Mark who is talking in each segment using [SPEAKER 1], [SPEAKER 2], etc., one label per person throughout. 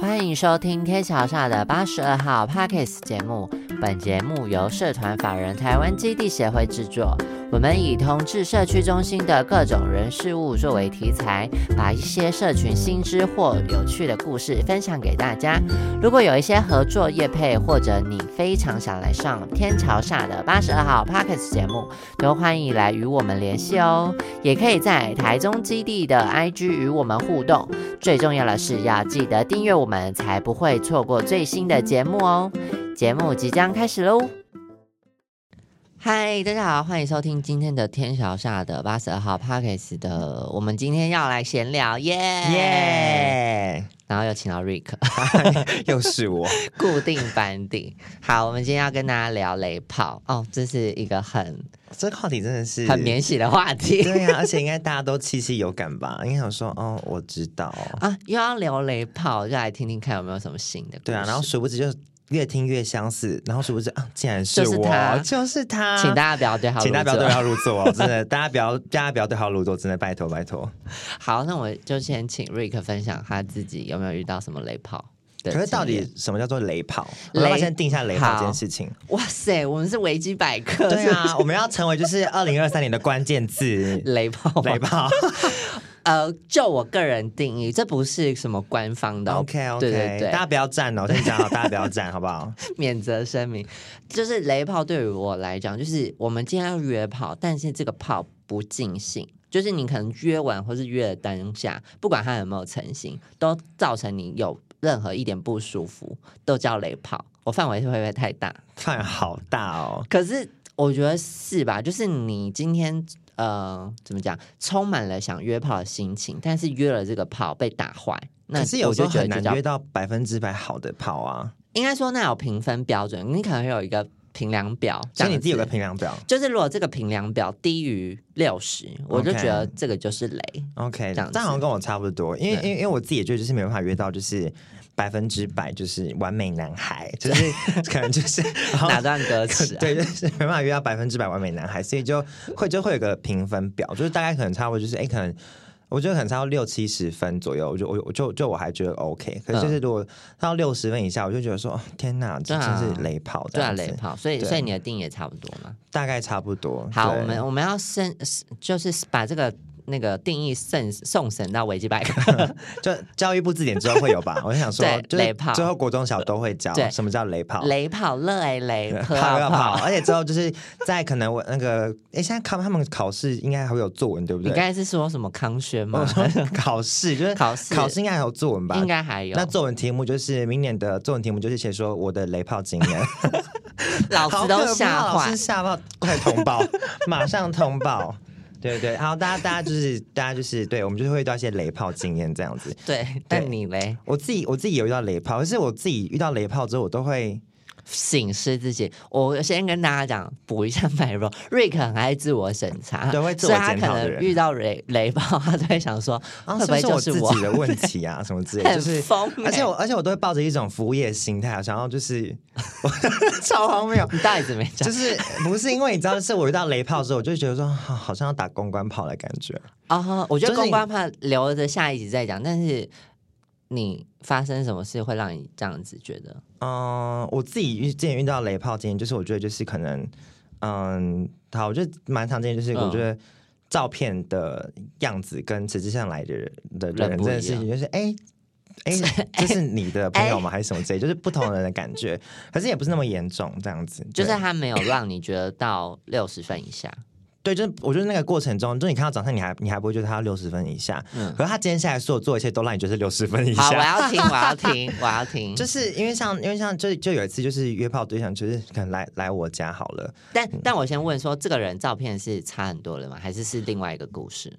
[SPEAKER 1] 欢迎收听 K 桥下的八十二号 Pockets 节目。本节目由社团法人台湾基地协会制作。我们以同志社区中心的各种人事物作为题材，把一些社群新知或有趣的故事分享给大家。如果有一些合作业配，或者你非常想来上天桥下的八十二号 Pockets 节目，都欢迎来与我们联系哦。也可以在台中基地的 IG 与我们互动。最重要的是要记得订阅我们，才不会错过最新的节目哦。节目即将开始喽！嗨，大家好，欢迎收听今天的天桥下的八十二号 Pockets 的，我们今天要来闲聊耶耶
[SPEAKER 2] 耶！
[SPEAKER 1] 然后又请到 Rick
[SPEAKER 2] 又是我，
[SPEAKER 1] 固定班底。好，我们今天要跟大家聊雷炮哦，这是一个很
[SPEAKER 2] 这个话题真的是
[SPEAKER 1] 很免洗的话题
[SPEAKER 2] 对呀、啊而且应该大家都七七有感吧？应该想说，哦，我知道，
[SPEAKER 1] 啊，又要聊雷炮，就来听听看有没有什么新的故事。
[SPEAKER 2] 对啊，然后殊不知就越听越相似，然后殊不知啊，竟然是
[SPEAKER 1] 就是他
[SPEAKER 2] 我，就是他，
[SPEAKER 1] 请大家不要对号入
[SPEAKER 2] 请大家不要
[SPEAKER 1] 座
[SPEAKER 2] 对号入座哦，真的，大家不要，大家不要对号入座，真的，拜托拜托。
[SPEAKER 1] 好，那我就先请瑞克分享他自己有没有遇到什么雷炮的经验。
[SPEAKER 2] 可是到底什么叫做雷炮？
[SPEAKER 1] 雷
[SPEAKER 2] 我们要先定一下雷炮
[SPEAKER 1] 好
[SPEAKER 2] 这件事情。
[SPEAKER 1] 哇塞，我们是维基百科，
[SPEAKER 2] 对
[SPEAKER 1] 是不 是，
[SPEAKER 2] 啊，我们要成为就是二零二三年的关键字
[SPEAKER 1] 雷炮，
[SPEAKER 2] 雷。炮。
[SPEAKER 1] 呃，就我个人定义，这不是什么官方的哦
[SPEAKER 2] OK OK，
[SPEAKER 1] 对对对
[SPEAKER 2] 大，家不要站哦，先讲好，大家不要站，好不好？
[SPEAKER 1] 免责声明，就是雷炮对于我来讲，就是我们今天要约炮，但是这个炮不尽兴，就是你可能约完或是约的当下，不管他有没有成型，都造成你有任何一点不舒服，都叫雷炮。我范围会不会太大？
[SPEAKER 2] 饭好大哦，
[SPEAKER 1] 可是我觉得是吧？就是你今天呃，怎么讲，充满了想约炮的心情，但是约了这个炮被打坏，那
[SPEAKER 2] 可是有
[SPEAKER 1] 我
[SPEAKER 2] 时
[SPEAKER 1] 就
[SPEAKER 2] 候
[SPEAKER 1] 觉
[SPEAKER 2] 很
[SPEAKER 1] 得就
[SPEAKER 2] 难
[SPEAKER 1] 叫
[SPEAKER 2] 约到百分之百好的炮啊，
[SPEAKER 1] 应该说那有评分标准，你可能会有一个评量表，这
[SPEAKER 2] 所以
[SPEAKER 1] 样
[SPEAKER 2] 你自己有个
[SPEAKER 1] 子。
[SPEAKER 2] 评量表
[SPEAKER 1] 就是如果这个评量表低于六十，我就
[SPEAKER 2] OK
[SPEAKER 1] 觉得这个就是雷。
[SPEAKER 2] ，OK，
[SPEAKER 1] 这样子
[SPEAKER 2] 这样好像跟我差不多，因为因
[SPEAKER 1] 对
[SPEAKER 2] 为因为我自己也觉得就是没办法约到就是百分之百就是完美男 孩，就是可能就是然后
[SPEAKER 1] 哪段歌词、啊？
[SPEAKER 2] 对，就是没办法约到百分之百完美男孩，所以就会就会有个评分表，就是大概可能差不多就是哎、可能。我觉得可能差到六七十分左右，我就我我就就我还觉得 OK，可是就是如果到六十分以下，我就觉得说，哦天哪，这
[SPEAKER 1] 嗯对
[SPEAKER 2] 真
[SPEAKER 1] 啊
[SPEAKER 2] 是雷炮这
[SPEAKER 1] 对啊，
[SPEAKER 2] 样子，
[SPEAKER 1] 雷炮。所以，
[SPEAKER 2] 对
[SPEAKER 1] 所以你的定义也差不多嘛。
[SPEAKER 2] 大概差不多。
[SPEAKER 1] 好，
[SPEAKER 2] 对
[SPEAKER 1] 我们我们要深，就是把这个那个定义送送审到维基百科。
[SPEAKER 2] 就教育部字典之后会有 吧？我就想说
[SPEAKER 1] 对，
[SPEAKER 2] 就是
[SPEAKER 1] 雷炮
[SPEAKER 2] 之后国中小都会教
[SPEAKER 1] 对
[SPEAKER 2] 什么叫雷炮。
[SPEAKER 1] 雷跑乐哎 雷，
[SPEAKER 2] 对
[SPEAKER 1] 跑
[SPEAKER 2] 要
[SPEAKER 1] 跑
[SPEAKER 2] 跑，， 而且之后就是在可能我那个，哎，现在考他们考试应该还会有作文，对不
[SPEAKER 1] 你
[SPEAKER 2] 对
[SPEAKER 1] 刚？才是说什么康轩吗
[SPEAKER 2] 我？说考试就 是
[SPEAKER 1] 考试
[SPEAKER 2] 考试应该还有作文吧？
[SPEAKER 1] 应该还有
[SPEAKER 2] 那，作文题目就是明年的作文题目就是写说我的雷炮经 验，
[SPEAKER 1] 老
[SPEAKER 2] 好
[SPEAKER 1] 师都
[SPEAKER 2] 可怕
[SPEAKER 1] 吓
[SPEAKER 2] 老
[SPEAKER 1] 坏
[SPEAKER 2] 师。吓到快通报， 马上通报。对对，好，大家大家就是大家就是，对我们就是会遇到一些雷炮经验这样子。
[SPEAKER 1] 对，但你嘞，
[SPEAKER 2] 我自己我自己有遇到雷炮，可是我自己遇到雷炮之后，我都会
[SPEAKER 1] 醒狮自己。我先跟大家讲，补一下脉 络。瑞克很爱自我审查，
[SPEAKER 2] 对会自
[SPEAKER 1] 所以
[SPEAKER 2] 我
[SPEAKER 1] 他
[SPEAKER 2] 检
[SPEAKER 1] 可
[SPEAKER 2] 讨的
[SPEAKER 1] 能
[SPEAKER 2] 人
[SPEAKER 1] 遇到雷雷暴，他就会想说，
[SPEAKER 2] 啊，
[SPEAKER 1] 会不会
[SPEAKER 2] 是不
[SPEAKER 1] 就是是
[SPEAKER 2] 我
[SPEAKER 1] 我
[SPEAKER 2] 自己的问 题啊，什么之类的，
[SPEAKER 1] 很
[SPEAKER 2] 就是。
[SPEAKER 1] 疯欸。
[SPEAKER 2] 而且我，而且我都会抱着一种服务业心态啊，想要就是 超荒 谬，
[SPEAKER 1] 你到底怎么讲
[SPEAKER 2] 就？是不是因为你知道，就是我遇到雷炮的时候，我就觉得说，好好像要打公关炮的感觉。
[SPEAKER 1] 哦，我觉得
[SPEAKER 2] 就是
[SPEAKER 1] 公
[SPEAKER 2] 你
[SPEAKER 1] 关怕留着下一集再讲，但是你发生什么事会让你这样子觉得？
[SPEAKER 2] 嗯，我自己遇之前遇到雷炮经验，就是我觉得就是可能，嗯，好，我觉得蛮常见，就是
[SPEAKER 1] 嗯
[SPEAKER 2] 我觉得照片的样子跟实际上来的人的
[SPEAKER 1] 人
[SPEAKER 2] 人
[SPEAKER 1] 不
[SPEAKER 2] 真
[SPEAKER 1] 一
[SPEAKER 2] 的是
[SPEAKER 1] 样
[SPEAKER 2] 就是哎。哎， 这是你的朋友吗？还是什么之类？就是不同人的感觉，可是也不是那么严重，这样子。
[SPEAKER 1] 就是
[SPEAKER 2] 对
[SPEAKER 1] 他没有让你觉得到六十分以下。
[SPEAKER 2] 对，就是我觉得那个过程中，就是你看到长相，你还你还不会觉得他要六十分以下，
[SPEAKER 1] 嗯
[SPEAKER 2] 可是他今天下来所有做的一切都让你觉得六十分以
[SPEAKER 1] 好，
[SPEAKER 2] 下
[SPEAKER 1] 我。要听，我要 听，我要听。
[SPEAKER 2] 就是因为像因为像就就有一次就是约炮对象就是可能来来我家好了，
[SPEAKER 1] 但但我先问说，这个人照片是差很多了吗？还是是另外一个故事？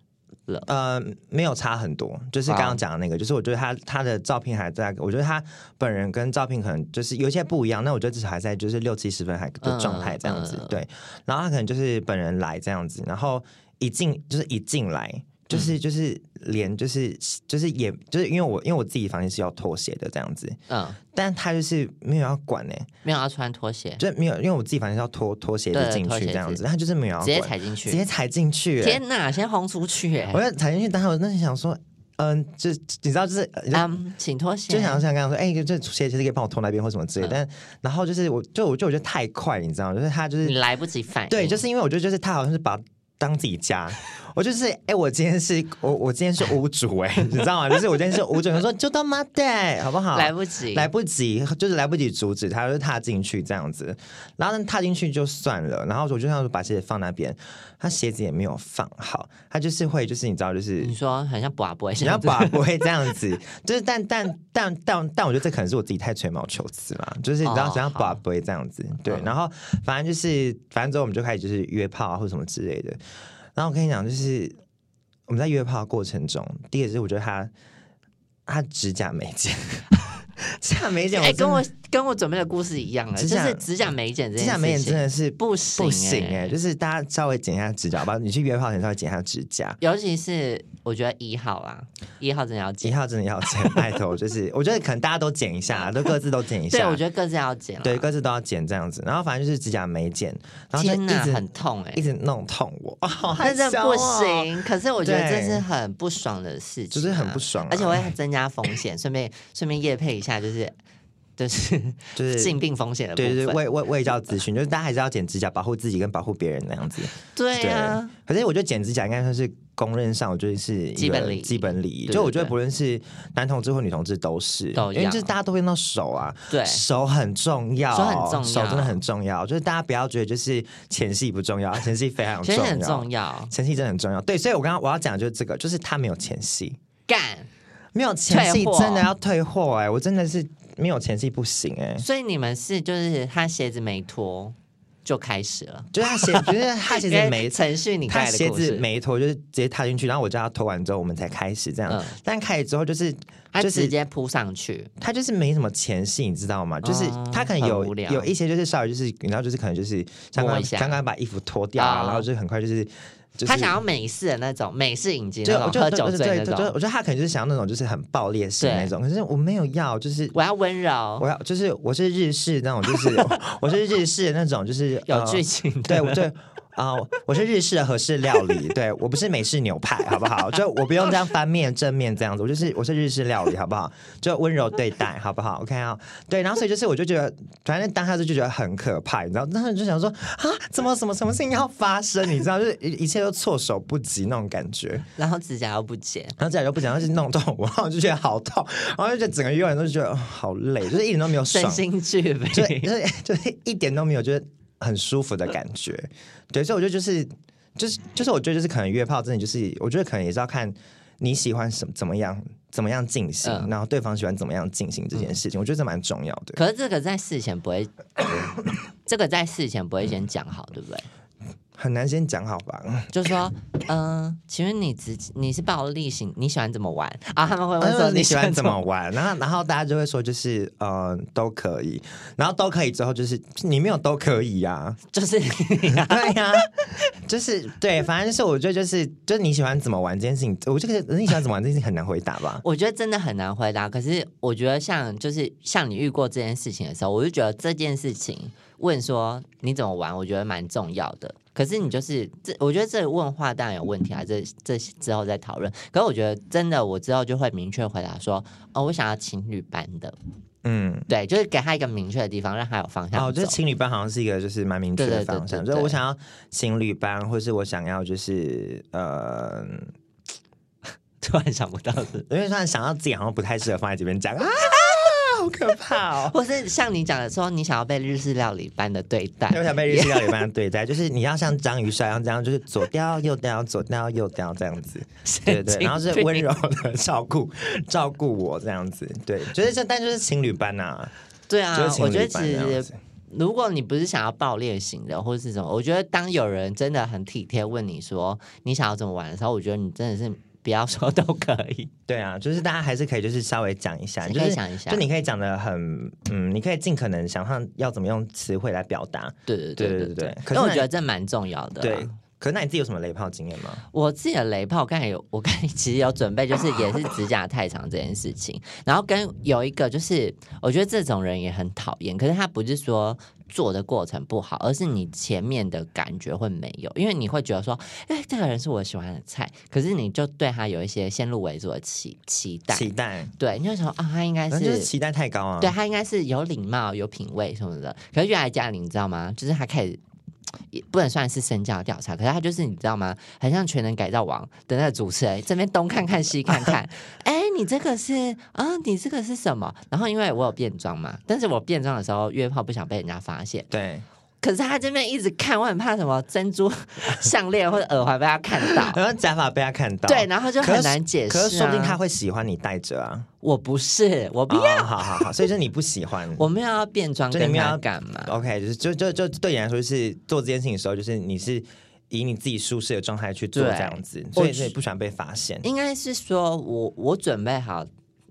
[SPEAKER 2] 呃，没有差很多，就是刚
[SPEAKER 1] 好
[SPEAKER 2] 刚讲的那个，就是我觉得他他的照片还在，我觉得他本人跟照片可能就是有一些不一样，那我觉得至少还在就是六七十分还的状态这样子，
[SPEAKER 1] 嗯嗯嗯
[SPEAKER 2] 对。然后他可能就是本人来这样子，然后一进就是一进来。
[SPEAKER 1] 嗯
[SPEAKER 2] 就是就是连就是就是也就是因为我因为我自己房间是要拖鞋的这样子，
[SPEAKER 1] 嗯，
[SPEAKER 2] 但他就是没有要管呢、
[SPEAKER 1] 没有要穿拖鞋，
[SPEAKER 2] 就没有因为我自己房间是要拖拖鞋
[SPEAKER 1] 对
[SPEAKER 2] 子进
[SPEAKER 1] 拖
[SPEAKER 2] 去
[SPEAKER 1] 鞋
[SPEAKER 2] 这样
[SPEAKER 1] 子
[SPEAKER 2] 子，他就是没有要
[SPEAKER 1] 直
[SPEAKER 2] 管
[SPEAKER 1] 接踩进
[SPEAKER 2] 直
[SPEAKER 1] 去。
[SPEAKER 2] 接踩进去、欸，
[SPEAKER 1] 天哪，先轰出去、
[SPEAKER 2] 我
[SPEAKER 1] 欸！
[SPEAKER 2] 就踩进去，当时我那时想说，嗯，这你知道就是你知道
[SPEAKER 1] 嗯，请脱鞋。
[SPEAKER 2] 就想想刚刚说，哎、这鞋其实可以帮我拖那边或什么之类
[SPEAKER 1] 嗯
[SPEAKER 2] 的，但然后就是我就我就我觉得太快，你知道吗？就是他就是
[SPEAKER 1] 你来不及反应，
[SPEAKER 2] 对，就是因为我觉得就是他好像是把当自己家， 我就是哎、我今天是我我今天是屋主哎、你知道吗？就是我今天是屋主，他说就到妈的，好不好？
[SPEAKER 1] 来不及，
[SPEAKER 2] 来不及，就是来不及阻止他，就踏进去这样子。然后呢踏进去就算了，然后我就想说把鞋子放那边，他鞋子也没有放好，他就是会就是你知道就是
[SPEAKER 1] 你说很像寡不会，
[SPEAKER 2] 你要把不会这样子， 就是但但但但但我觉得这可能是我自己太吹毛求疵啦，就是你知道
[SPEAKER 1] 哦
[SPEAKER 2] 怎样把
[SPEAKER 1] 好
[SPEAKER 2] 不会这样子，对
[SPEAKER 1] 嗯，
[SPEAKER 2] 然后反正就是反正之后我们就开始就是约炮啊或什么之类的，然后我跟你讲就是我们在约炮的过程中，第一个是我觉得他他指甲没 剪，指甲没剪，
[SPEAKER 1] 哎、
[SPEAKER 2] 我真
[SPEAKER 1] 跟
[SPEAKER 2] 的
[SPEAKER 1] 我跟我准备的故事一样了，
[SPEAKER 2] 指
[SPEAKER 1] 就
[SPEAKER 2] 甲
[SPEAKER 1] 是指甲美剪这
[SPEAKER 2] 指
[SPEAKER 1] 件事
[SPEAKER 2] 甲
[SPEAKER 1] 情，
[SPEAKER 2] 没剪真的是
[SPEAKER 1] 不行、
[SPEAKER 2] 不行哎、
[SPEAKER 1] 哎、
[SPEAKER 2] 就是大家稍微剪一下指甲吧，你去约炮前稍微剪一下指甲，
[SPEAKER 1] 尤其是我觉得一号啊，一号真的要
[SPEAKER 2] 一
[SPEAKER 1] 剪，
[SPEAKER 2] 号真的要剪，拜托，就是我觉得可能大家都剪一下，都各自都剪一下。
[SPEAKER 1] 对，我觉得各自要剪啊啦，
[SPEAKER 2] 对各自都要剪这样子，然后反正就是指甲没剪，然后就
[SPEAKER 1] 天
[SPEAKER 2] 一
[SPEAKER 1] 哪，
[SPEAKER 2] 直
[SPEAKER 1] 很痛哎、
[SPEAKER 2] 一直弄痛我， 哦，好害
[SPEAKER 1] 但
[SPEAKER 2] 羞
[SPEAKER 1] 是
[SPEAKER 2] 哦
[SPEAKER 1] 不，行，可是我觉得
[SPEAKER 2] 对
[SPEAKER 1] 这是很不爽的事情、
[SPEAKER 2] 就是很不。爽啊、
[SPEAKER 1] 而且会增加风险，顺便顺便夜配一下，就是就是
[SPEAKER 2] 就是
[SPEAKER 1] 性病风险的部
[SPEAKER 2] 对
[SPEAKER 1] 分。
[SPEAKER 2] 对对卫卫卫 教咨询，就是大家还是要剪指甲，保护自己跟保护别人那样子。
[SPEAKER 1] 对啊，
[SPEAKER 2] 可是我觉得剪指甲应该算是公认上，我觉得是一个
[SPEAKER 1] 基本礼仪
[SPEAKER 2] 基本礼仪。
[SPEAKER 1] 对
[SPEAKER 2] 就我觉
[SPEAKER 1] 对
[SPEAKER 2] 得
[SPEAKER 1] 对
[SPEAKER 2] 不论是男同志或女同志都是，
[SPEAKER 1] 都一
[SPEAKER 2] 因
[SPEAKER 1] 样
[SPEAKER 2] 为就是大家都会用到手啊，
[SPEAKER 1] 对
[SPEAKER 2] 手很重要，
[SPEAKER 1] 手很重要
[SPEAKER 2] 手真的很重要。就是大家不要觉得就是前戏不重要，前戏非常
[SPEAKER 1] 其
[SPEAKER 2] 重
[SPEAKER 1] 实
[SPEAKER 2] 要，
[SPEAKER 1] 很重要。
[SPEAKER 2] 前戏真的很重要。对，所以我刚刚我要讲的就是这个，就是他没有前戏，
[SPEAKER 1] 干，
[SPEAKER 2] 没有前戏
[SPEAKER 1] 退货
[SPEAKER 2] 真的要退货哎、我真的是没有前戏不行哎、
[SPEAKER 1] 所以你们是就是他鞋子没脱就开始了，
[SPEAKER 2] 就是他鞋，就是他鞋子
[SPEAKER 1] 跟
[SPEAKER 2] 没。
[SPEAKER 1] 程序你
[SPEAKER 2] 他
[SPEAKER 1] 盖的
[SPEAKER 2] 鞋
[SPEAKER 1] 故
[SPEAKER 2] 子
[SPEAKER 1] 事，
[SPEAKER 2] 没脱，就是直接踏进去，然后我叫他脱完之后，我们才开始这样。
[SPEAKER 1] 嗯
[SPEAKER 2] 但开始之后，就是
[SPEAKER 1] 他
[SPEAKER 2] 就是
[SPEAKER 1] 直接扑上去，
[SPEAKER 2] 他就是没什么前戏，你知道吗？就是
[SPEAKER 1] 哦
[SPEAKER 2] 他可能有
[SPEAKER 1] 很无聊
[SPEAKER 2] 有一些就是稍微就是，你知道就是可能就是刚
[SPEAKER 1] 摸
[SPEAKER 2] 刚
[SPEAKER 1] 一下
[SPEAKER 2] 刚刚把衣服脱掉啊，
[SPEAKER 1] 哦
[SPEAKER 2] 然后就很快就是就是
[SPEAKER 1] 他想要美式的那种美式影集
[SPEAKER 2] 就
[SPEAKER 1] 那
[SPEAKER 2] 就
[SPEAKER 1] 种喝
[SPEAKER 2] 对
[SPEAKER 1] 酒
[SPEAKER 2] 对
[SPEAKER 1] 醉
[SPEAKER 2] 对，
[SPEAKER 1] 那
[SPEAKER 2] 就
[SPEAKER 1] 种，
[SPEAKER 2] 我觉得他可能就是想要那种就是很爆裂式的那种，可是我没有要，就是
[SPEAKER 1] 我要温
[SPEAKER 2] 我
[SPEAKER 1] 柔
[SPEAKER 2] 要就是我是日式那种，就是我是日式那种，就是
[SPEAKER 1] 有
[SPEAKER 2] 呃
[SPEAKER 1] 剧情的，
[SPEAKER 2] 对我对。啊、我是日式的和式料理，对我不是美式牛排，好不好？就我不用这样翻面正面这样子，我就是我是日式料理，好不好？就温柔对待，好不好？OK 啊、对，然后所以就是我就觉得，反正当下就觉得很可怕，你知道？当时就想说啊，怎么什么什么事情要发生？你知道，就是一一切都措手不及那种感觉。
[SPEAKER 1] 然后指甲又不剪，
[SPEAKER 2] 然后再来就不讲，就是弄痛我，然后我就觉得好痛，然后就觉得整个月人都觉得哦好累，就是一点都没有爽
[SPEAKER 1] 身，心俱
[SPEAKER 2] 就
[SPEAKER 1] 疲。
[SPEAKER 2] 就是就是一点都没有觉得很舒服的感觉。对，所以我觉得就是就是就是我觉得就是可能约炮真的就是，我觉得可能也是要看你喜欢什么怎么样怎么样进行，
[SPEAKER 1] 嗯
[SPEAKER 2] 然后对方喜欢怎么样进行这件事情，我觉得这蛮重要的。
[SPEAKER 1] 可是这个在事前不 会，这个在事前不会先讲好，对不对？
[SPEAKER 2] 很难先讲好吧？
[SPEAKER 1] 就说，嗯、请问你自己你是暴力型，你喜欢怎么玩啊？他们会问
[SPEAKER 2] 然后
[SPEAKER 1] 说
[SPEAKER 2] 嗯呃你喜欢
[SPEAKER 1] 怎
[SPEAKER 2] 怎么玩，然后然后大家就会说就是呃都可以，然后都可以之后就是你没有都可以呀、
[SPEAKER 1] 就是 你啊？
[SPEAKER 2] 对呀、就是对，反正就是我觉得就是就是你喜欢怎么玩这件事情，我这个你喜欢怎么玩这件事情很难回答吧
[SPEAKER 1] 我觉得真的很难回答。可是我觉得像就是像你遇过这件事情的时候，我就觉得这件事情问说你怎么玩，我觉得蛮重要的。可是你就是这，我觉得这个问话当然有问题啊，这这之后再讨论。可是我觉得真的，我之后就会明确回答说，哦，我想要情侣班的，
[SPEAKER 2] 嗯，
[SPEAKER 1] 对，就是给他一个明确的地方，让他有方向
[SPEAKER 2] 哦，我觉得
[SPEAKER 1] 走
[SPEAKER 2] 情侣班好像是一个就是蛮明确
[SPEAKER 1] 对
[SPEAKER 2] 的
[SPEAKER 1] 对对
[SPEAKER 2] 方
[SPEAKER 1] 对对
[SPEAKER 2] 向，就是我想要情侣班，或是我想要就是呃，
[SPEAKER 1] 突然想不到是，
[SPEAKER 2] 因为突然想到自己好像不太适合放在这 边讲啊，好可怕哦。
[SPEAKER 1] 或是像你讲的说，你想要被日式料理般的对待，
[SPEAKER 2] 我想被日式料理般对待，就是你要像章鱼烧一样这样，就是左叼右叼，左叼右叼这样子。对对，然后是温柔的照顾 照顾我这样子，对，就是这，但就是情侣班呐、
[SPEAKER 1] 对嗯啊
[SPEAKER 2] 就是，情
[SPEAKER 1] 我
[SPEAKER 2] 侣
[SPEAKER 1] 觉得
[SPEAKER 2] 班
[SPEAKER 1] 其
[SPEAKER 2] 这样
[SPEAKER 1] 实
[SPEAKER 2] 子。
[SPEAKER 1] 如果你不是想要爆裂型的或者是什么，我觉得当有人真的很体贴问你说你想要怎么玩的时候，我觉得你真的是不要说都可以，
[SPEAKER 2] 对啊，就是大家还是可以，就是稍微讲一下，
[SPEAKER 1] 你
[SPEAKER 2] 就
[SPEAKER 1] 可以
[SPEAKER 2] 是
[SPEAKER 1] 想一下
[SPEAKER 2] 就你可以讲的很，嗯，你可以尽可能想象要怎么用词汇来表达，
[SPEAKER 1] 对对对
[SPEAKER 2] 对对
[SPEAKER 1] 对
[SPEAKER 2] 对对
[SPEAKER 1] 对，
[SPEAKER 2] 可
[SPEAKER 1] 因
[SPEAKER 2] 是
[SPEAKER 1] 为我
[SPEAKER 2] 那
[SPEAKER 1] 觉得这蛮重要的啦，啊
[SPEAKER 2] 对可是那你自己有什么雷炮经验吗？
[SPEAKER 1] 我自己的雷炮，刚才有我刚才其实有准备，就是也是指甲太长这件事情。然后跟有一个就是，我觉得这种人也很讨厌，可是他不是说。做的过程不好，而是你前面的感觉会没有，因为你会觉得说，哎、这个人是我喜欢的菜，可是你就对他有一些先入为主的期期待，
[SPEAKER 2] 期待，
[SPEAKER 1] 对，你就想啊，他应该
[SPEAKER 2] 反正
[SPEAKER 1] 是
[SPEAKER 2] 就是期待太高啊。
[SPEAKER 1] 对他应该是有礼貌、有品味什么的。可是越来家里，你知道吗？就是他开始。也不能算是身教调查，可是他就是你知道吗？很像《全能改造王》的那个主持人，这边东看看西看 看，哎、你这个是啊、你这个是什么？然后因为我有变装嘛，但是我变装的时候约炮不想被人家发现，
[SPEAKER 2] 对，
[SPEAKER 1] 可是他这边一直看，我很怕什么珍珠 项链或者耳环被他看 到，
[SPEAKER 2] 然后假发被他看到，
[SPEAKER 1] 对，，然后就
[SPEAKER 2] 可
[SPEAKER 1] 很
[SPEAKER 2] 是
[SPEAKER 1] 难解释、啊
[SPEAKER 2] 可是说不定他会喜欢你戴着啊。
[SPEAKER 1] 我不是，我不要，
[SPEAKER 2] 哦好好好，所以就是你不喜欢。
[SPEAKER 1] 我没有要变装
[SPEAKER 2] 就你
[SPEAKER 1] 跟
[SPEAKER 2] 没有
[SPEAKER 1] 他
[SPEAKER 2] 要
[SPEAKER 1] 干嘛？
[SPEAKER 2] OK，就是就就就对你来说是做这件事情的时候，就是你是以你自己舒适的状态去做
[SPEAKER 1] 对
[SPEAKER 2] 这样子，
[SPEAKER 1] 我
[SPEAKER 2] 所以所以不喜欢被发现。
[SPEAKER 1] 应该是说我我准备好。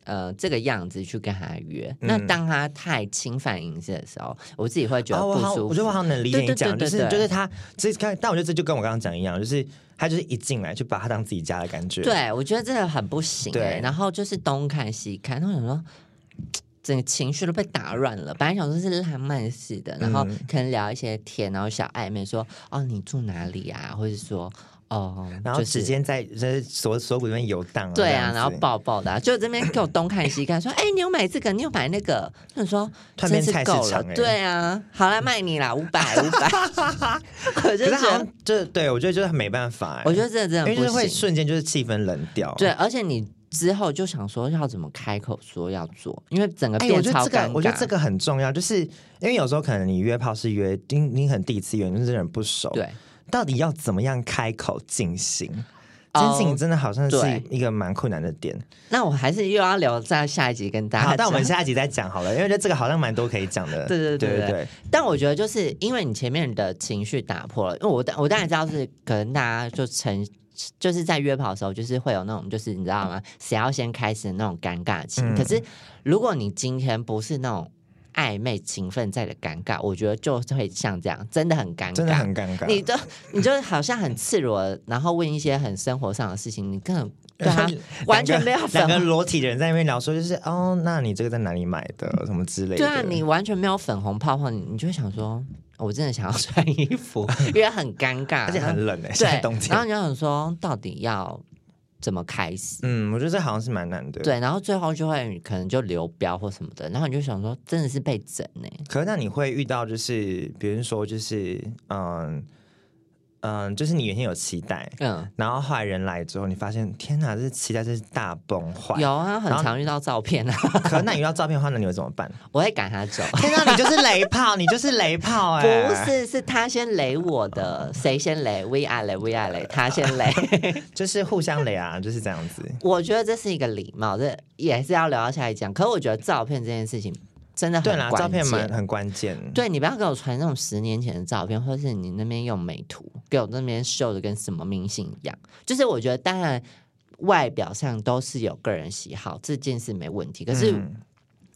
[SPEAKER 1] 呃，这个样子去跟他约，那
[SPEAKER 2] 嗯
[SPEAKER 1] 当他太侵犯隐私的时候，我自己会觉
[SPEAKER 2] 啊，
[SPEAKER 1] 得
[SPEAKER 2] 我
[SPEAKER 1] 不
[SPEAKER 2] 好，
[SPEAKER 1] 舒
[SPEAKER 2] 我
[SPEAKER 1] 服。
[SPEAKER 2] 觉得我好能理解
[SPEAKER 1] 对
[SPEAKER 2] 你
[SPEAKER 1] 对
[SPEAKER 2] 讲，
[SPEAKER 1] 对
[SPEAKER 2] 就
[SPEAKER 1] 对
[SPEAKER 2] 是
[SPEAKER 1] 对
[SPEAKER 2] 就是他这看，但我觉得这就跟我刚刚讲一样，就是他就是一进来就把他当自己家的感觉。
[SPEAKER 1] 对，我觉得这个很不行、
[SPEAKER 2] 对
[SPEAKER 1] 欸。然后就是东看西看，然后想说，整个情绪都被打乱了。本来想说是浪漫式的，然后
[SPEAKER 2] 嗯
[SPEAKER 1] 可能聊一些天，然后小暧昧说，哦，你住哪里啊？或者说，哦，
[SPEAKER 2] 然后
[SPEAKER 1] 就
[SPEAKER 2] 指
[SPEAKER 1] 是
[SPEAKER 2] 尖在就是锁锁骨里面游荡、啊，
[SPEAKER 1] 对
[SPEAKER 2] 这
[SPEAKER 1] 啊
[SPEAKER 2] 样，子
[SPEAKER 1] 然后抱抱的、啊，就这边给我东看 西看，说：“哎、你有买这个，你有买那个。”就说：“
[SPEAKER 2] 突
[SPEAKER 1] 真
[SPEAKER 2] 然变
[SPEAKER 1] 是
[SPEAKER 2] 菜市
[SPEAKER 1] 够了
[SPEAKER 2] 场，欸
[SPEAKER 1] 对啊，好啦，卖你啦，五 百五百。500 ”我就
[SPEAKER 2] 可是
[SPEAKER 1] 觉
[SPEAKER 2] 好
[SPEAKER 1] 得
[SPEAKER 2] 像，就是对我觉得就是没办法、欸，
[SPEAKER 1] 我觉得这真的
[SPEAKER 2] 因为就是
[SPEAKER 1] 不
[SPEAKER 2] 会哦
[SPEAKER 1] 行。
[SPEAKER 2] 瞬间就是气氛冷掉，
[SPEAKER 1] 对，。而且你之后就想说要怎么开口说要做，因为整个
[SPEAKER 2] 哎、
[SPEAKER 1] 变
[SPEAKER 2] 我觉得
[SPEAKER 1] 超
[SPEAKER 2] 这
[SPEAKER 1] 尴
[SPEAKER 2] 个，我觉得这
[SPEAKER 1] 尬。
[SPEAKER 2] 个很重要，就是因为有时候可能你约炮是约，你你很第一次约，你跟这个人不熟，，
[SPEAKER 1] 对，
[SPEAKER 2] 到底要怎么样开口进行？
[SPEAKER 1] 哦
[SPEAKER 2] 这件事情真的好像是
[SPEAKER 1] 对
[SPEAKER 2] 一个蛮困难的点。
[SPEAKER 1] 那我还是又要留在下一集跟大家讲。
[SPEAKER 2] 好，但我们下一集再讲好了，因为我觉得这个好像蛮多可以讲 的。
[SPEAKER 1] 对对对
[SPEAKER 2] 对
[SPEAKER 1] 对但我觉得就是因为你前面的情绪打破了，因为我当我当然知道是可能大家就成就是在约跑的时候，就是会有那种就是你知道吗？谁要先开始的那种尴尬情。
[SPEAKER 2] 嗯
[SPEAKER 1] 可是如果你今天不是那种暧昧情分在的尴尬，我觉得就会像这样，真的很尴尬，
[SPEAKER 2] 真的很尴尬。
[SPEAKER 1] 你就你就好像很赤裸，然后问一些很生活上的事情，你根 本对啊他完全没有
[SPEAKER 2] 两
[SPEAKER 1] 粉
[SPEAKER 2] 个
[SPEAKER 1] 红
[SPEAKER 2] 裸体的人在那边聊说，就是哦，那你这个在哪里买的，什么之类的。
[SPEAKER 1] 对啊，你完全没有粉红泡泡，你你就会想说，哦我真的想要穿衣 服，因为很尴尬，
[SPEAKER 2] 而且很冷诶、欸，现在
[SPEAKER 1] 对
[SPEAKER 2] 冬，
[SPEAKER 1] 然后
[SPEAKER 2] 天。
[SPEAKER 1] 你就想说，到底要怎么开始？
[SPEAKER 2] 嗯，我觉得这好像是蛮难的。。
[SPEAKER 1] 对，然后最后就会可能就流标或什么的，然后你就想说，真的是被整欸呢、
[SPEAKER 2] 可是那你会遇到就是，比如说就是，嗯嗯，就是你原先有期待，
[SPEAKER 1] 嗯，
[SPEAKER 2] 然后后来人来之后，你发现天哪，这期待真是大崩坏。
[SPEAKER 1] 有啊，很
[SPEAKER 2] 然后
[SPEAKER 1] 常遇到照片啊，
[SPEAKER 2] 可是那你遇到照片的话，那你会怎么办？
[SPEAKER 1] 我会赶他走。
[SPEAKER 2] 天哪，你就是雷炮，你就是雷炮哎、
[SPEAKER 1] 不是，是他先雷我的，谁先雷？We are 雷，We are 雷，他先 雷。
[SPEAKER 2] 就是互相雷啊， 就是这样子。
[SPEAKER 1] 我觉得这是一个礼貌，这也是要聊到下一讲。可我觉得照片这件事情真的很
[SPEAKER 2] 对啦，照
[SPEAKER 1] 关
[SPEAKER 2] 片蛮
[SPEAKER 1] 键
[SPEAKER 2] 很关键。
[SPEAKER 1] 对你不要给我传那种十年前的照片，或是你那边用美图，给我那边秀的跟什么明星一样。就是我觉得，当然外表上都是有个人喜好，这件事没问题。可是
[SPEAKER 2] 嗯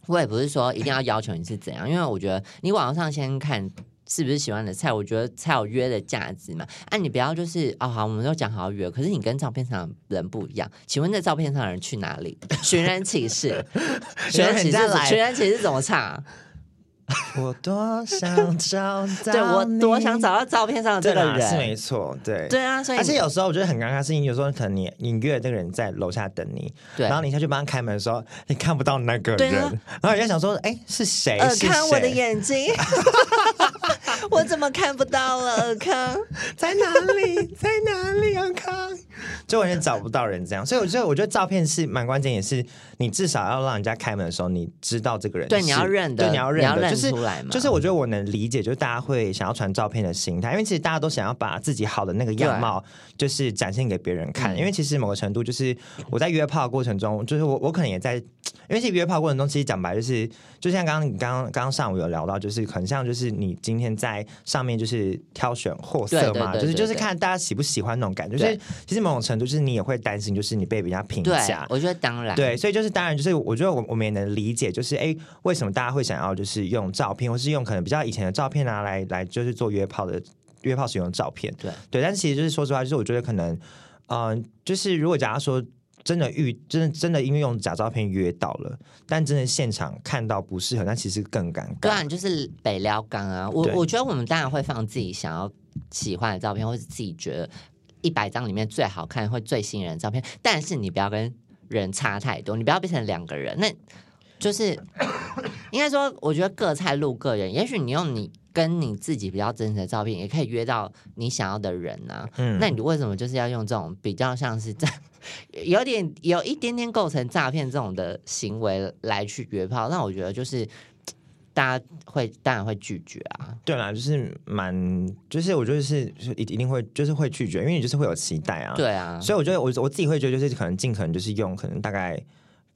[SPEAKER 1] 我也不是说一定要要求你是怎样，因为我觉得你网上先看。是不是喜欢的菜？我觉得才有约的价值嘛。啊，你不要就是哦，好，我们都讲好要约，可是你跟照片上的人不一样。请问这照片上的人去哪里？寻人启 事， 寻人启
[SPEAKER 2] 人家
[SPEAKER 1] 事，
[SPEAKER 2] 来
[SPEAKER 1] 寻人启事怎么唱啊、
[SPEAKER 2] 我多想找到
[SPEAKER 1] 对我
[SPEAKER 2] 你
[SPEAKER 1] 多想找到照片上的这
[SPEAKER 2] 对
[SPEAKER 1] 个
[SPEAKER 2] 啦是
[SPEAKER 1] 人。
[SPEAKER 2] 没错，对。
[SPEAKER 1] 对啊，所以
[SPEAKER 2] 而且有时候我觉得很尴尬，是因为有时候可能你你约的那个人在楼下等你，
[SPEAKER 1] 对
[SPEAKER 2] 然后你下去帮他开门的时候，你看不到那个
[SPEAKER 1] 对
[SPEAKER 2] 人，
[SPEAKER 1] 啊
[SPEAKER 2] 然后你就想说，哎，是谁？
[SPEAKER 1] 尔
[SPEAKER 2] 是
[SPEAKER 1] 康，我的
[SPEAKER 2] 谁
[SPEAKER 1] 眼 睛， 我怎么看不到了？尔康，
[SPEAKER 2] 在哪里？在哪里？尔康，就完全找不到人这样。所以我觉得，我觉得照片是蛮关键，也是你至少要让人家开门的时候，你知道这个人是，
[SPEAKER 1] 对，你要认
[SPEAKER 2] 对，
[SPEAKER 1] 得，
[SPEAKER 2] 你要认得，就是
[SPEAKER 1] 出来嘛，
[SPEAKER 2] 就是我觉得我能理解，就是大家会想要传照片的心态，因为其实大家都想要把自己好的那个样貌，就是展现给别人看。
[SPEAKER 1] 嗯
[SPEAKER 2] 因为其实某个程度，就是我在约炮的过程中，就是我我可能也在，因为其实约炮过程中，其实讲白就是，就像刚刚你刚刚刚刚上午有聊到，就是很像就是你今天在上面就是挑选货色嘛，
[SPEAKER 1] 对对对
[SPEAKER 2] 就是
[SPEAKER 1] 对
[SPEAKER 2] 就是
[SPEAKER 1] 对
[SPEAKER 2] 看大家喜不喜欢那种感觉。所
[SPEAKER 1] 对
[SPEAKER 2] 以其实某种程度，就是你也会担心，就是你被人家评
[SPEAKER 1] 对
[SPEAKER 2] 价，。
[SPEAKER 1] 我觉得当然，
[SPEAKER 2] 对，所以就是当然就是我觉得我我们也能理解，就是哎、诶为什么大家会想要就是用照片，或是用可能比较以前的照片啊来来就是做约炮的。约炮使用的照片。
[SPEAKER 1] 对
[SPEAKER 2] 对，但其实就是说实话，就是我觉得可能，嗯、就是如果假如说真的遇真的真的因为用假照片约到了，但真的现场看到不适合，那其实更尴尬。
[SPEAKER 1] 对啊，你就是北撩缸啊。我
[SPEAKER 2] 对
[SPEAKER 1] 我觉得我们当然会放自己想要喜欢的照片，或是自己觉得一百张里面最好看或最吸引人的照片，但是你不要跟人差太多，你不要变成两个人。那就是 应该说，我觉得各菜路各人。也许你用你跟你自己比较真实的照片，也可以约到你想要的人啊呐、
[SPEAKER 2] 嗯
[SPEAKER 1] 那你为什么就是要用这种比较像是诈，有点有一点点构成诈骗这种的行为来去约炮？那我觉得就是大家会当然会拒绝啊。
[SPEAKER 2] 对啦，就是蛮，就是我觉得是是一一定会就是会拒绝，因为你就是会有期待啊。
[SPEAKER 1] 对啊，
[SPEAKER 2] 所以我觉得我我自己会觉得，就是可能尽可能就是用可能大概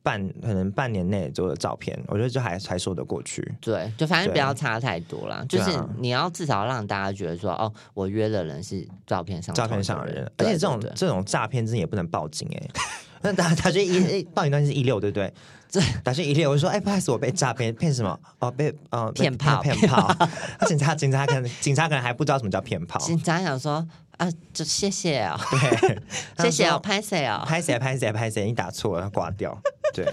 [SPEAKER 2] 半可能半年内左右的照片，我觉得就还还说得过去。
[SPEAKER 1] 对，就反正
[SPEAKER 2] 对
[SPEAKER 1] 不要差太多啦。就
[SPEAKER 2] 对啊
[SPEAKER 1] 是你要至少让大家觉得说，哦，我约的人是照片上
[SPEAKER 2] 照片上
[SPEAKER 1] 同一
[SPEAKER 2] 的
[SPEAKER 1] 个
[SPEAKER 2] 人，
[SPEAKER 1] 哦
[SPEAKER 2] 而
[SPEAKER 1] 对
[SPEAKER 2] 且这种
[SPEAKER 1] 对对啊
[SPEAKER 2] 这种诈骗真的也不能报警哎、那打打去一报警当时是一六对不对？
[SPEAKER 1] 这
[SPEAKER 2] 打去一六，我就说哎，不好意思，我被诈骗，骗什么？哦，被呃被
[SPEAKER 1] 骗炮
[SPEAKER 2] 骗炮。那警察警察可能警察可能还不知道什么叫骗炮，
[SPEAKER 1] 警察想说啊，就谢谢哦，谢
[SPEAKER 2] 对，
[SPEAKER 1] 谢
[SPEAKER 2] 他
[SPEAKER 1] 哦，
[SPEAKER 2] 说
[SPEAKER 1] 拍谁哦，
[SPEAKER 2] 拍谁拍谁拍谁，你打错了，他挂掉。对，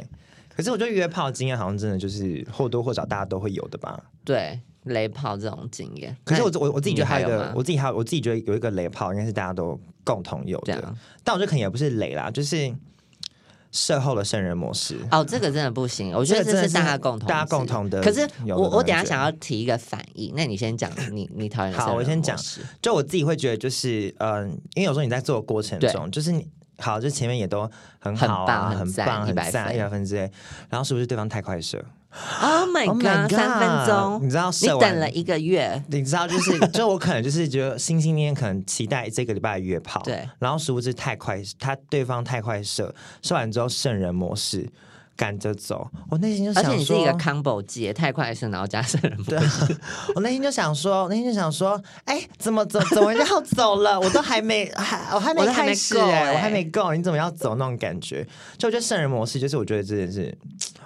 [SPEAKER 2] 可是我觉得约炮经验好像真的就是或多或少大家都会有的吧。
[SPEAKER 1] 对，雷炮这种经验。
[SPEAKER 2] 可是我
[SPEAKER 1] 那
[SPEAKER 2] 我我自己觉得还有一
[SPEAKER 1] 你还有
[SPEAKER 2] 个
[SPEAKER 1] 吗，
[SPEAKER 2] 我自己还有我自己觉得有一个雷炮，应该是大家都共同有
[SPEAKER 1] 这
[SPEAKER 2] 的
[SPEAKER 1] 样，
[SPEAKER 2] 但我觉得可能也不是雷啦，就是售后的圣人模式。
[SPEAKER 1] 哦，这个真的不行，我觉得
[SPEAKER 2] 这个真
[SPEAKER 1] 这
[SPEAKER 2] 的
[SPEAKER 1] 是
[SPEAKER 2] 是
[SPEAKER 1] 大家共同，
[SPEAKER 2] 大家共同的
[SPEAKER 1] 可是
[SPEAKER 2] 有
[SPEAKER 1] 我
[SPEAKER 2] 的
[SPEAKER 1] 我
[SPEAKER 2] 感
[SPEAKER 1] 等一下
[SPEAKER 2] 觉
[SPEAKER 1] 想要提一个反应，那你先讲你你讨厌的
[SPEAKER 2] 好
[SPEAKER 1] 生
[SPEAKER 2] 我
[SPEAKER 1] 人
[SPEAKER 2] 先
[SPEAKER 1] 模
[SPEAKER 2] 讲
[SPEAKER 1] 式
[SPEAKER 2] 就我自己会觉得，就是嗯，因为有时候你在做的过程中，就是你好，就前面也都很好
[SPEAKER 1] 很棒
[SPEAKER 2] 啊，很
[SPEAKER 1] 很赞
[SPEAKER 2] 棒，很
[SPEAKER 1] 100
[SPEAKER 2] 赞，
[SPEAKER 1] 分
[SPEAKER 2] 一百分之类，然后是不是对方太快射
[SPEAKER 1] Oh my
[SPEAKER 2] Oh
[SPEAKER 1] god，三分钟，
[SPEAKER 2] 你知道
[SPEAKER 1] 你
[SPEAKER 2] 射
[SPEAKER 1] 等
[SPEAKER 2] 完
[SPEAKER 1] 了一个月，
[SPEAKER 2] 你知道，就是就我可能就是觉得心心念念可能期待这个礼拜约炮，
[SPEAKER 1] 对，
[SPEAKER 2] 然后殊不知太快，他对方太快射，射完之后圣人模式赶着走，我内心就
[SPEAKER 1] 而且
[SPEAKER 2] 想说，
[SPEAKER 1] 你是一个 combo 机，太快是然后加生人模
[SPEAKER 2] 对啊，我内心就想说，我内心就想说，哎、怎么怎怎么要走了？我都还没还我还没
[SPEAKER 1] 我都还没
[SPEAKER 2] 开始
[SPEAKER 1] 够
[SPEAKER 2] 哎、
[SPEAKER 1] 哎
[SPEAKER 2] 我还没够，你怎么要走那种感觉？就我觉得圣人模式，就是我觉得这件事，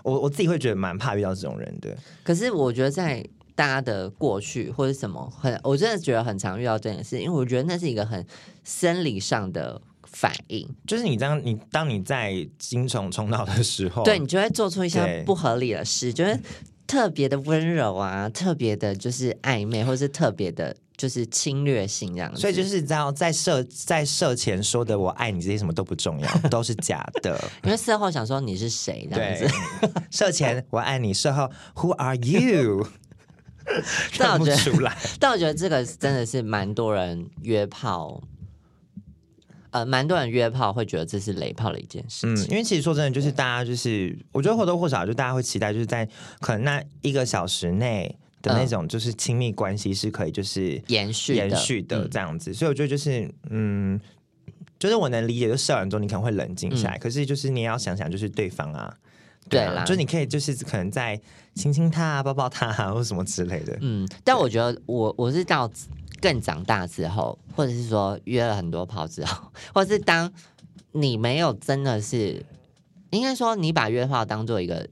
[SPEAKER 2] 我我自己会觉得蛮怕遇到这种人的。
[SPEAKER 1] 可是我觉得在大家的过去或者什么，很我真的觉得很常遇到这件事，因为我觉得那是一个很生理上的反应，
[SPEAKER 2] 就是你当你当你在精虫冲脑的时候，
[SPEAKER 1] 对你就会做出一些
[SPEAKER 2] 哦对
[SPEAKER 1] 不合理的事，就是特别的温柔啊，特别的就是暧昧，或是特别的就是侵略性这样子。
[SPEAKER 2] 所以就是知道在射在射前说的“我爱你”这些什么都不重要，都是假的。
[SPEAKER 1] 因为事后想说你是谁这样
[SPEAKER 2] 对
[SPEAKER 1] 子，，
[SPEAKER 2] 射前我爱你，射后 Who are you？
[SPEAKER 1] 但
[SPEAKER 2] 看
[SPEAKER 1] 我
[SPEAKER 2] 不
[SPEAKER 1] 觉得
[SPEAKER 2] 出 来，
[SPEAKER 1] 但我觉得这个真的是蛮多人约炮。呃，蛮多人约炮会觉得这是雷炮的一件事
[SPEAKER 2] 嗯
[SPEAKER 1] 情，，
[SPEAKER 2] 因为其实说真的，就是大家就是，我觉得或多或少就大家会期待，就是在可能那一个小时内的那种就是亲密关系是可以就是
[SPEAKER 1] 延续的
[SPEAKER 2] 延续的
[SPEAKER 1] 嗯
[SPEAKER 2] 这样子，所以我觉得就是嗯。就是我能理解，就射完之后你可能会冷静下来，可是就是你也要想想，就是对方啊，
[SPEAKER 1] 嗯对
[SPEAKER 2] 啊
[SPEAKER 1] 啦，
[SPEAKER 2] 就是你可以就是可能在亲亲他、啊、抱抱他、啊、或什么之类的，
[SPEAKER 1] 嗯，但我觉得我我是到更长大之后，或者是说约了很多炮之后，或是当你没有真的是，应该说你把约炮当做一个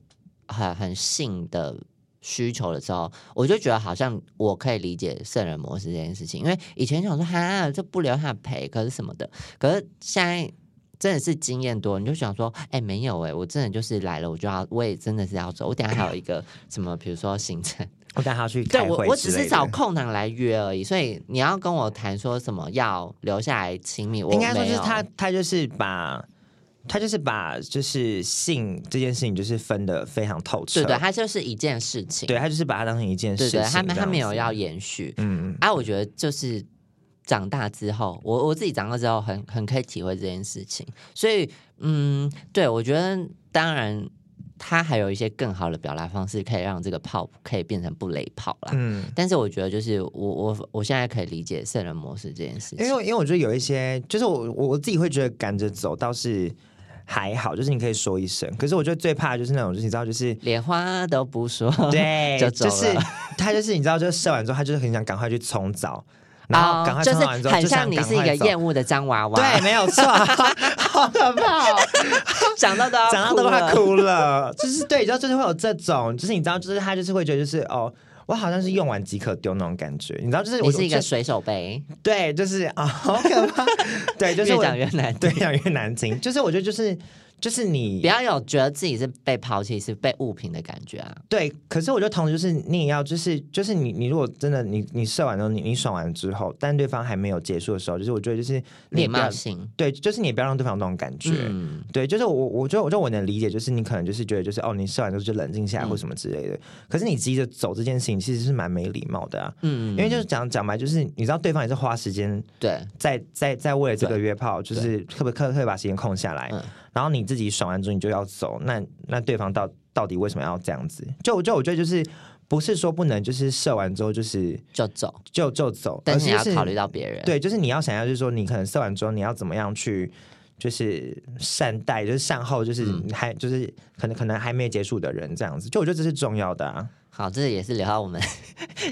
[SPEAKER 1] 很很性的需求的时候，我就觉得好像我可以理解圣人模式这件事情，因为以前想说哈这不留下陪，可是什么的，可是现在。真的是经验多，你就想说，哎、没有哎、我真的就是来了，我就要，我也真的是要走。我等一下还有一个什么，比如说行程，
[SPEAKER 2] 我带他去
[SPEAKER 1] 对
[SPEAKER 2] 开
[SPEAKER 1] 我，
[SPEAKER 2] 会
[SPEAKER 1] 我
[SPEAKER 2] 之
[SPEAKER 1] 只是
[SPEAKER 2] 类的
[SPEAKER 1] 找空档来约而已，所以你要跟我谈说什么要留下来亲密，我
[SPEAKER 2] 应该说
[SPEAKER 1] 没
[SPEAKER 2] 是
[SPEAKER 1] 有
[SPEAKER 2] 他，他就是把。他就是把就是性这件事情就是分的非常透彻，
[SPEAKER 1] 对对，他就是一件事情，
[SPEAKER 2] 对他就是把它当成一件
[SPEAKER 1] 对
[SPEAKER 2] 事情
[SPEAKER 1] 对，他们
[SPEAKER 2] 这
[SPEAKER 1] 他
[SPEAKER 2] 样
[SPEAKER 1] 没有
[SPEAKER 2] 子
[SPEAKER 1] 要延续。
[SPEAKER 2] 嗯嗯
[SPEAKER 1] 啊，我觉得就是长大之后，我我自己长大之后很很可以体会这件事情，所以嗯，对我觉得当然。他还有一些更好的表达方式，可以让这个炮可以变成不雷炮啦。
[SPEAKER 2] 嗯，
[SPEAKER 1] 但是我觉得，就是我我我现在可以理解圣人模式这件事情
[SPEAKER 2] 因。为因为我觉得有一些就是我我我自己会觉得赶着走倒是还好，就是你可以说一声，可是我觉得最怕的就是那种就是你知 道就是
[SPEAKER 1] 连话都不说，
[SPEAKER 2] 对，
[SPEAKER 1] 就走
[SPEAKER 2] 就
[SPEAKER 1] 了
[SPEAKER 2] 是 他就是你知道，就是射完之后，他就是很想赶快去冲澡，然后赶快冲澡完之
[SPEAKER 1] 哦就是
[SPEAKER 2] 后，
[SPEAKER 1] 很
[SPEAKER 2] 就
[SPEAKER 1] 像
[SPEAKER 2] 想
[SPEAKER 1] 你
[SPEAKER 2] 赶
[SPEAKER 1] 是一个
[SPEAKER 2] 快走。
[SPEAKER 1] 厌恶的脏娃娃，
[SPEAKER 2] 对，，没有错，好可怕、哦，
[SPEAKER 1] 想到 都要
[SPEAKER 2] 讲到都
[SPEAKER 1] 哭
[SPEAKER 2] 快
[SPEAKER 1] 了。
[SPEAKER 2] 哭了。就是对，然后就是会有这种，就是你知道，就是他就是会觉得就是哦，我好像是用完即可丢那种感觉，你知道，就是我
[SPEAKER 1] 你是一个
[SPEAKER 2] 就
[SPEAKER 1] 水手杯，
[SPEAKER 2] 对，就是啊、好可怕，对， 就是
[SPEAKER 1] 越
[SPEAKER 2] 我
[SPEAKER 1] 讲越难。
[SPEAKER 2] 对，越讲越难听，就是我觉得就是就是你
[SPEAKER 1] 不要有觉得自己是被抛弃、是被物品的感觉啊！
[SPEAKER 2] 对，可是我觉得同时就是你也要就是就是你你如果真的你你射完之后你你爽完之后，但对方还没有结束的时候，就是我觉得就是你
[SPEAKER 1] 礼
[SPEAKER 2] 也不要
[SPEAKER 1] 貌性，
[SPEAKER 2] 对，就是你也不要让对方有那种感觉。
[SPEAKER 1] 嗯，
[SPEAKER 2] 对，就是我，我觉得，我觉得我能理解，就是你可能就是觉得，就是哦，你射完之后就冷静下来
[SPEAKER 1] 嗯
[SPEAKER 2] 或什么之类的。可是你急着走这件事情，其实是蛮没礼貌的啊。
[SPEAKER 1] 嗯，
[SPEAKER 2] 因为就是讲讲白，就是你知道对方也是花时间
[SPEAKER 1] 对，
[SPEAKER 2] 在在在为了这个
[SPEAKER 1] 对
[SPEAKER 2] 约炮，就是特别特别把时间空下来，
[SPEAKER 1] 嗯
[SPEAKER 2] 然后你自己爽完之后你就要走，那那对方到到底为什么要这样子？就就我觉得就是不是说不能，就是射完之后就是
[SPEAKER 1] 就走，
[SPEAKER 2] 就就走，
[SPEAKER 1] 但
[SPEAKER 2] 而
[SPEAKER 1] 是
[SPEAKER 2] 是
[SPEAKER 1] 你要
[SPEAKER 2] 是
[SPEAKER 1] 考虑到别人。
[SPEAKER 2] 对，就是你要想要，就是说你可能射完之后你要怎么样去。就是善待，就是善后，就是
[SPEAKER 1] 嗯
[SPEAKER 2] 还、就是可能可能还没结束的人这样子，就我觉得这是重要的啊。
[SPEAKER 1] 好，这也是留到我 们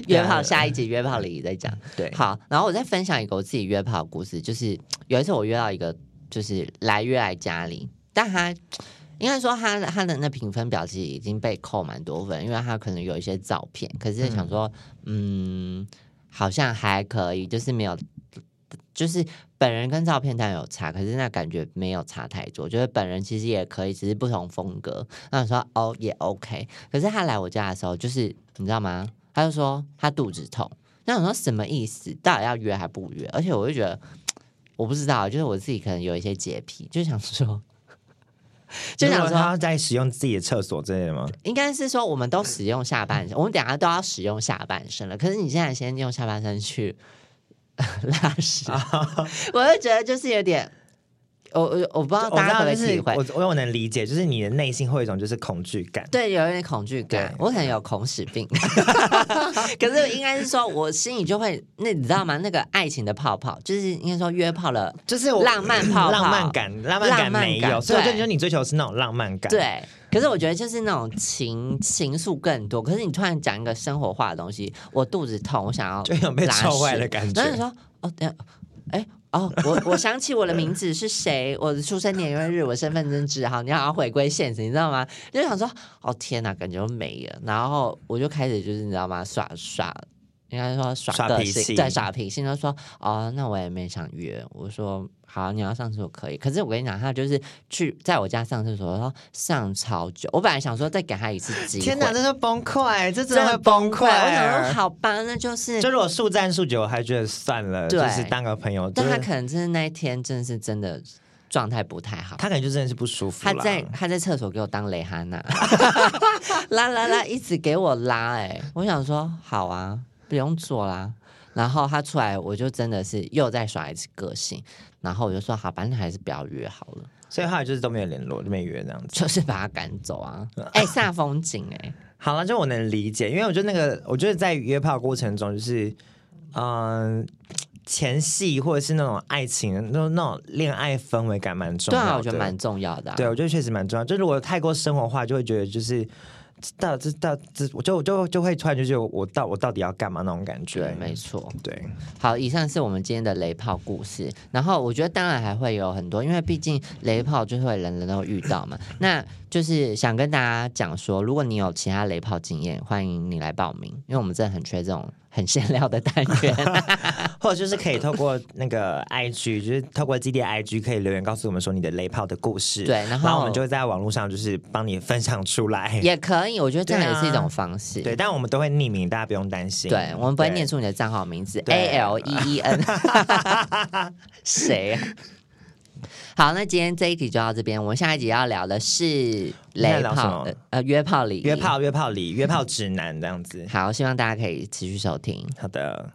[SPEAKER 1] 约炮下一集约炮礼仪再讲。
[SPEAKER 2] 对，
[SPEAKER 1] 好，然后我再分享一个我自己约炮的故事，就是有一次我约到一个就是来约来家里，但他应该说他他的那评分表其实已经被扣蛮多分，因为他可能有一些照片，可是想说嗯好像还可以，就是没有。就是本人跟照片当然有差，可是那感觉没有差太多。就是本人其实也可以，只是不同风格。那我说哦也 OK，可是他来我家的时候，就是你知道吗？他就说他肚子痛，那我说什么意思？到底要约还不约？而且我就觉得，我不知道，就是我自己可能有一些洁癖，就想说，就
[SPEAKER 2] 如
[SPEAKER 1] 想
[SPEAKER 2] 果
[SPEAKER 1] 说，
[SPEAKER 2] 他在使用自己的厕所之类的吗？
[SPEAKER 1] 应该是说我们都使用下半身，我们等一下都要使用下半身了。可是你现在先用下半身去 拉屎，
[SPEAKER 2] 啊
[SPEAKER 1] 我就觉得就是有点，我我我不知道哦
[SPEAKER 2] 我
[SPEAKER 1] 大
[SPEAKER 2] 知
[SPEAKER 1] 家可
[SPEAKER 2] 道，
[SPEAKER 1] 不可
[SPEAKER 2] 就
[SPEAKER 1] 以体
[SPEAKER 2] 是
[SPEAKER 1] 会。
[SPEAKER 2] 我我我能理解，就是你的内心会有一种就是恐惧感。
[SPEAKER 1] 对，有一点恐惧感
[SPEAKER 2] 对，
[SPEAKER 1] 我可能有恐屎病， 可是应该是说，我心里就会那你知道吗？那个爱情的泡泡，就是应该说约炮了，
[SPEAKER 2] 就是我
[SPEAKER 1] 浪漫泡泡
[SPEAKER 2] 浪漫感，浪漫
[SPEAKER 1] 浪
[SPEAKER 2] 感没
[SPEAKER 1] 漫
[SPEAKER 2] 有，
[SPEAKER 1] 感
[SPEAKER 2] 所以我就
[SPEAKER 1] 对
[SPEAKER 2] 觉得你追求的是那种浪漫感。，
[SPEAKER 1] 对，可是我觉得就是那种情情愫更多。可是你突然讲一个生活化的东西，我肚子痛，我想要
[SPEAKER 2] 就有被
[SPEAKER 1] 拉
[SPEAKER 2] 臭坏
[SPEAKER 1] 屎
[SPEAKER 2] 的感
[SPEAKER 1] 然后你
[SPEAKER 2] 觉。
[SPEAKER 1] 说哦，等一下，哎、哦，我我想起我的名字是谁，我的出生年月日，我身份证字号，你好像回归现实，你知道吗？就想说，哦天哪，感觉都没了。然后我就开始就是你知道吗，耍耍。应该说 耍
[SPEAKER 2] 耍
[SPEAKER 1] 个
[SPEAKER 2] 脾
[SPEAKER 1] 性，
[SPEAKER 2] 气
[SPEAKER 1] 对耍脾性，他说哦， 那我也没想约。我说好，你要上厕所可以。可是我跟你讲，他就是去在我家上厕所，然后上超久。我本来想说再给他一次机会，
[SPEAKER 2] 天哪，真的崩溃，这真
[SPEAKER 1] 真
[SPEAKER 2] 的
[SPEAKER 1] 的
[SPEAKER 2] 会崩
[SPEAKER 1] 溃。
[SPEAKER 2] 溃。啊
[SPEAKER 1] 我想说好吧，那 就是
[SPEAKER 2] 就如果速战速决，我还觉得算了，
[SPEAKER 1] 对
[SPEAKER 2] 就是当个朋友。就
[SPEAKER 1] 但
[SPEAKER 2] 是
[SPEAKER 1] 他可能真的那一天真的是真的状态不太好。
[SPEAKER 2] 他可能就真的是不舒服啊
[SPEAKER 1] 他
[SPEAKER 2] 啦。
[SPEAKER 1] 在他在厕所给我当蕾哈 娜，拉拉拉，一直给我拉、哎，我想说好啊，不用做啦。然后他出来，我就真的是又再耍一次个性，然后我就说好吧，那还是不要约好了，
[SPEAKER 2] 所以后来就是都没有联络，就没约这样子。
[SPEAKER 1] 就是把他赶走 啊。哎、煞风景哎、
[SPEAKER 2] 好了，就我能理解，因为我觉得那个，我觉得在约炮过程中，就是嗯、前戏或者是那种爱情，那种那种恋爱氛围感蛮重
[SPEAKER 1] 对
[SPEAKER 2] 要的。
[SPEAKER 1] 啊，我觉得蛮重要的、啊。
[SPEAKER 2] 对，我觉得确实蛮重要。就如果太过生活化，就会觉得就是到这到这，我就我就就会突然就觉得我到我到底要干嘛那种感觉
[SPEAKER 1] 对，。没错。
[SPEAKER 2] 对，
[SPEAKER 1] 好，以上是我们今天的雷炮故事。然后我觉得当然还会有很多，因为毕竟雷炮就是会人人都遇到嘛。那就是想跟大家讲说，如果你有其他雷炮经验，欢迎你来报名，因为我们真的很缺这种很 闲聊的单元。
[SPEAKER 2] 或者 就是可以透过那个 IG，就是透过基地的 IG 可以留言告诉我们说你的雷炮的故事。
[SPEAKER 1] 对，，然
[SPEAKER 2] 然
[SPEAKER 1] 后
[SPEAKER 2] 后我们就会在网络上就是帮你分享出来。
[SPEAKER 1] 也可以，我觉得这
[SPEAKER 2] 对啊
[SPEAKER 1] 也是一种方式。
[SPEAKER 2] 对，但我们都会匿名，大家不用担心。
[SPEAKER 1] 对我们不会念出你的账号名字
[SPEAKER 2] 对
[SPEAKER 1] A L E E N，谁呀、好，那今天这一集就到这边。我们下一集要聊的是雷
[SPEAKER 2] 我们要聊什
[SPEAKER 1] 炮
[SPEAKER 2] 么
[SPEAKER 1] 的，呃，约炮礼仪
[SPEAKER 2] 约。炮约炮里约炮指南这样子。
[SPEAKER 1] 好，希望大家可以持续收听。
[SPEAKER 2] 好的。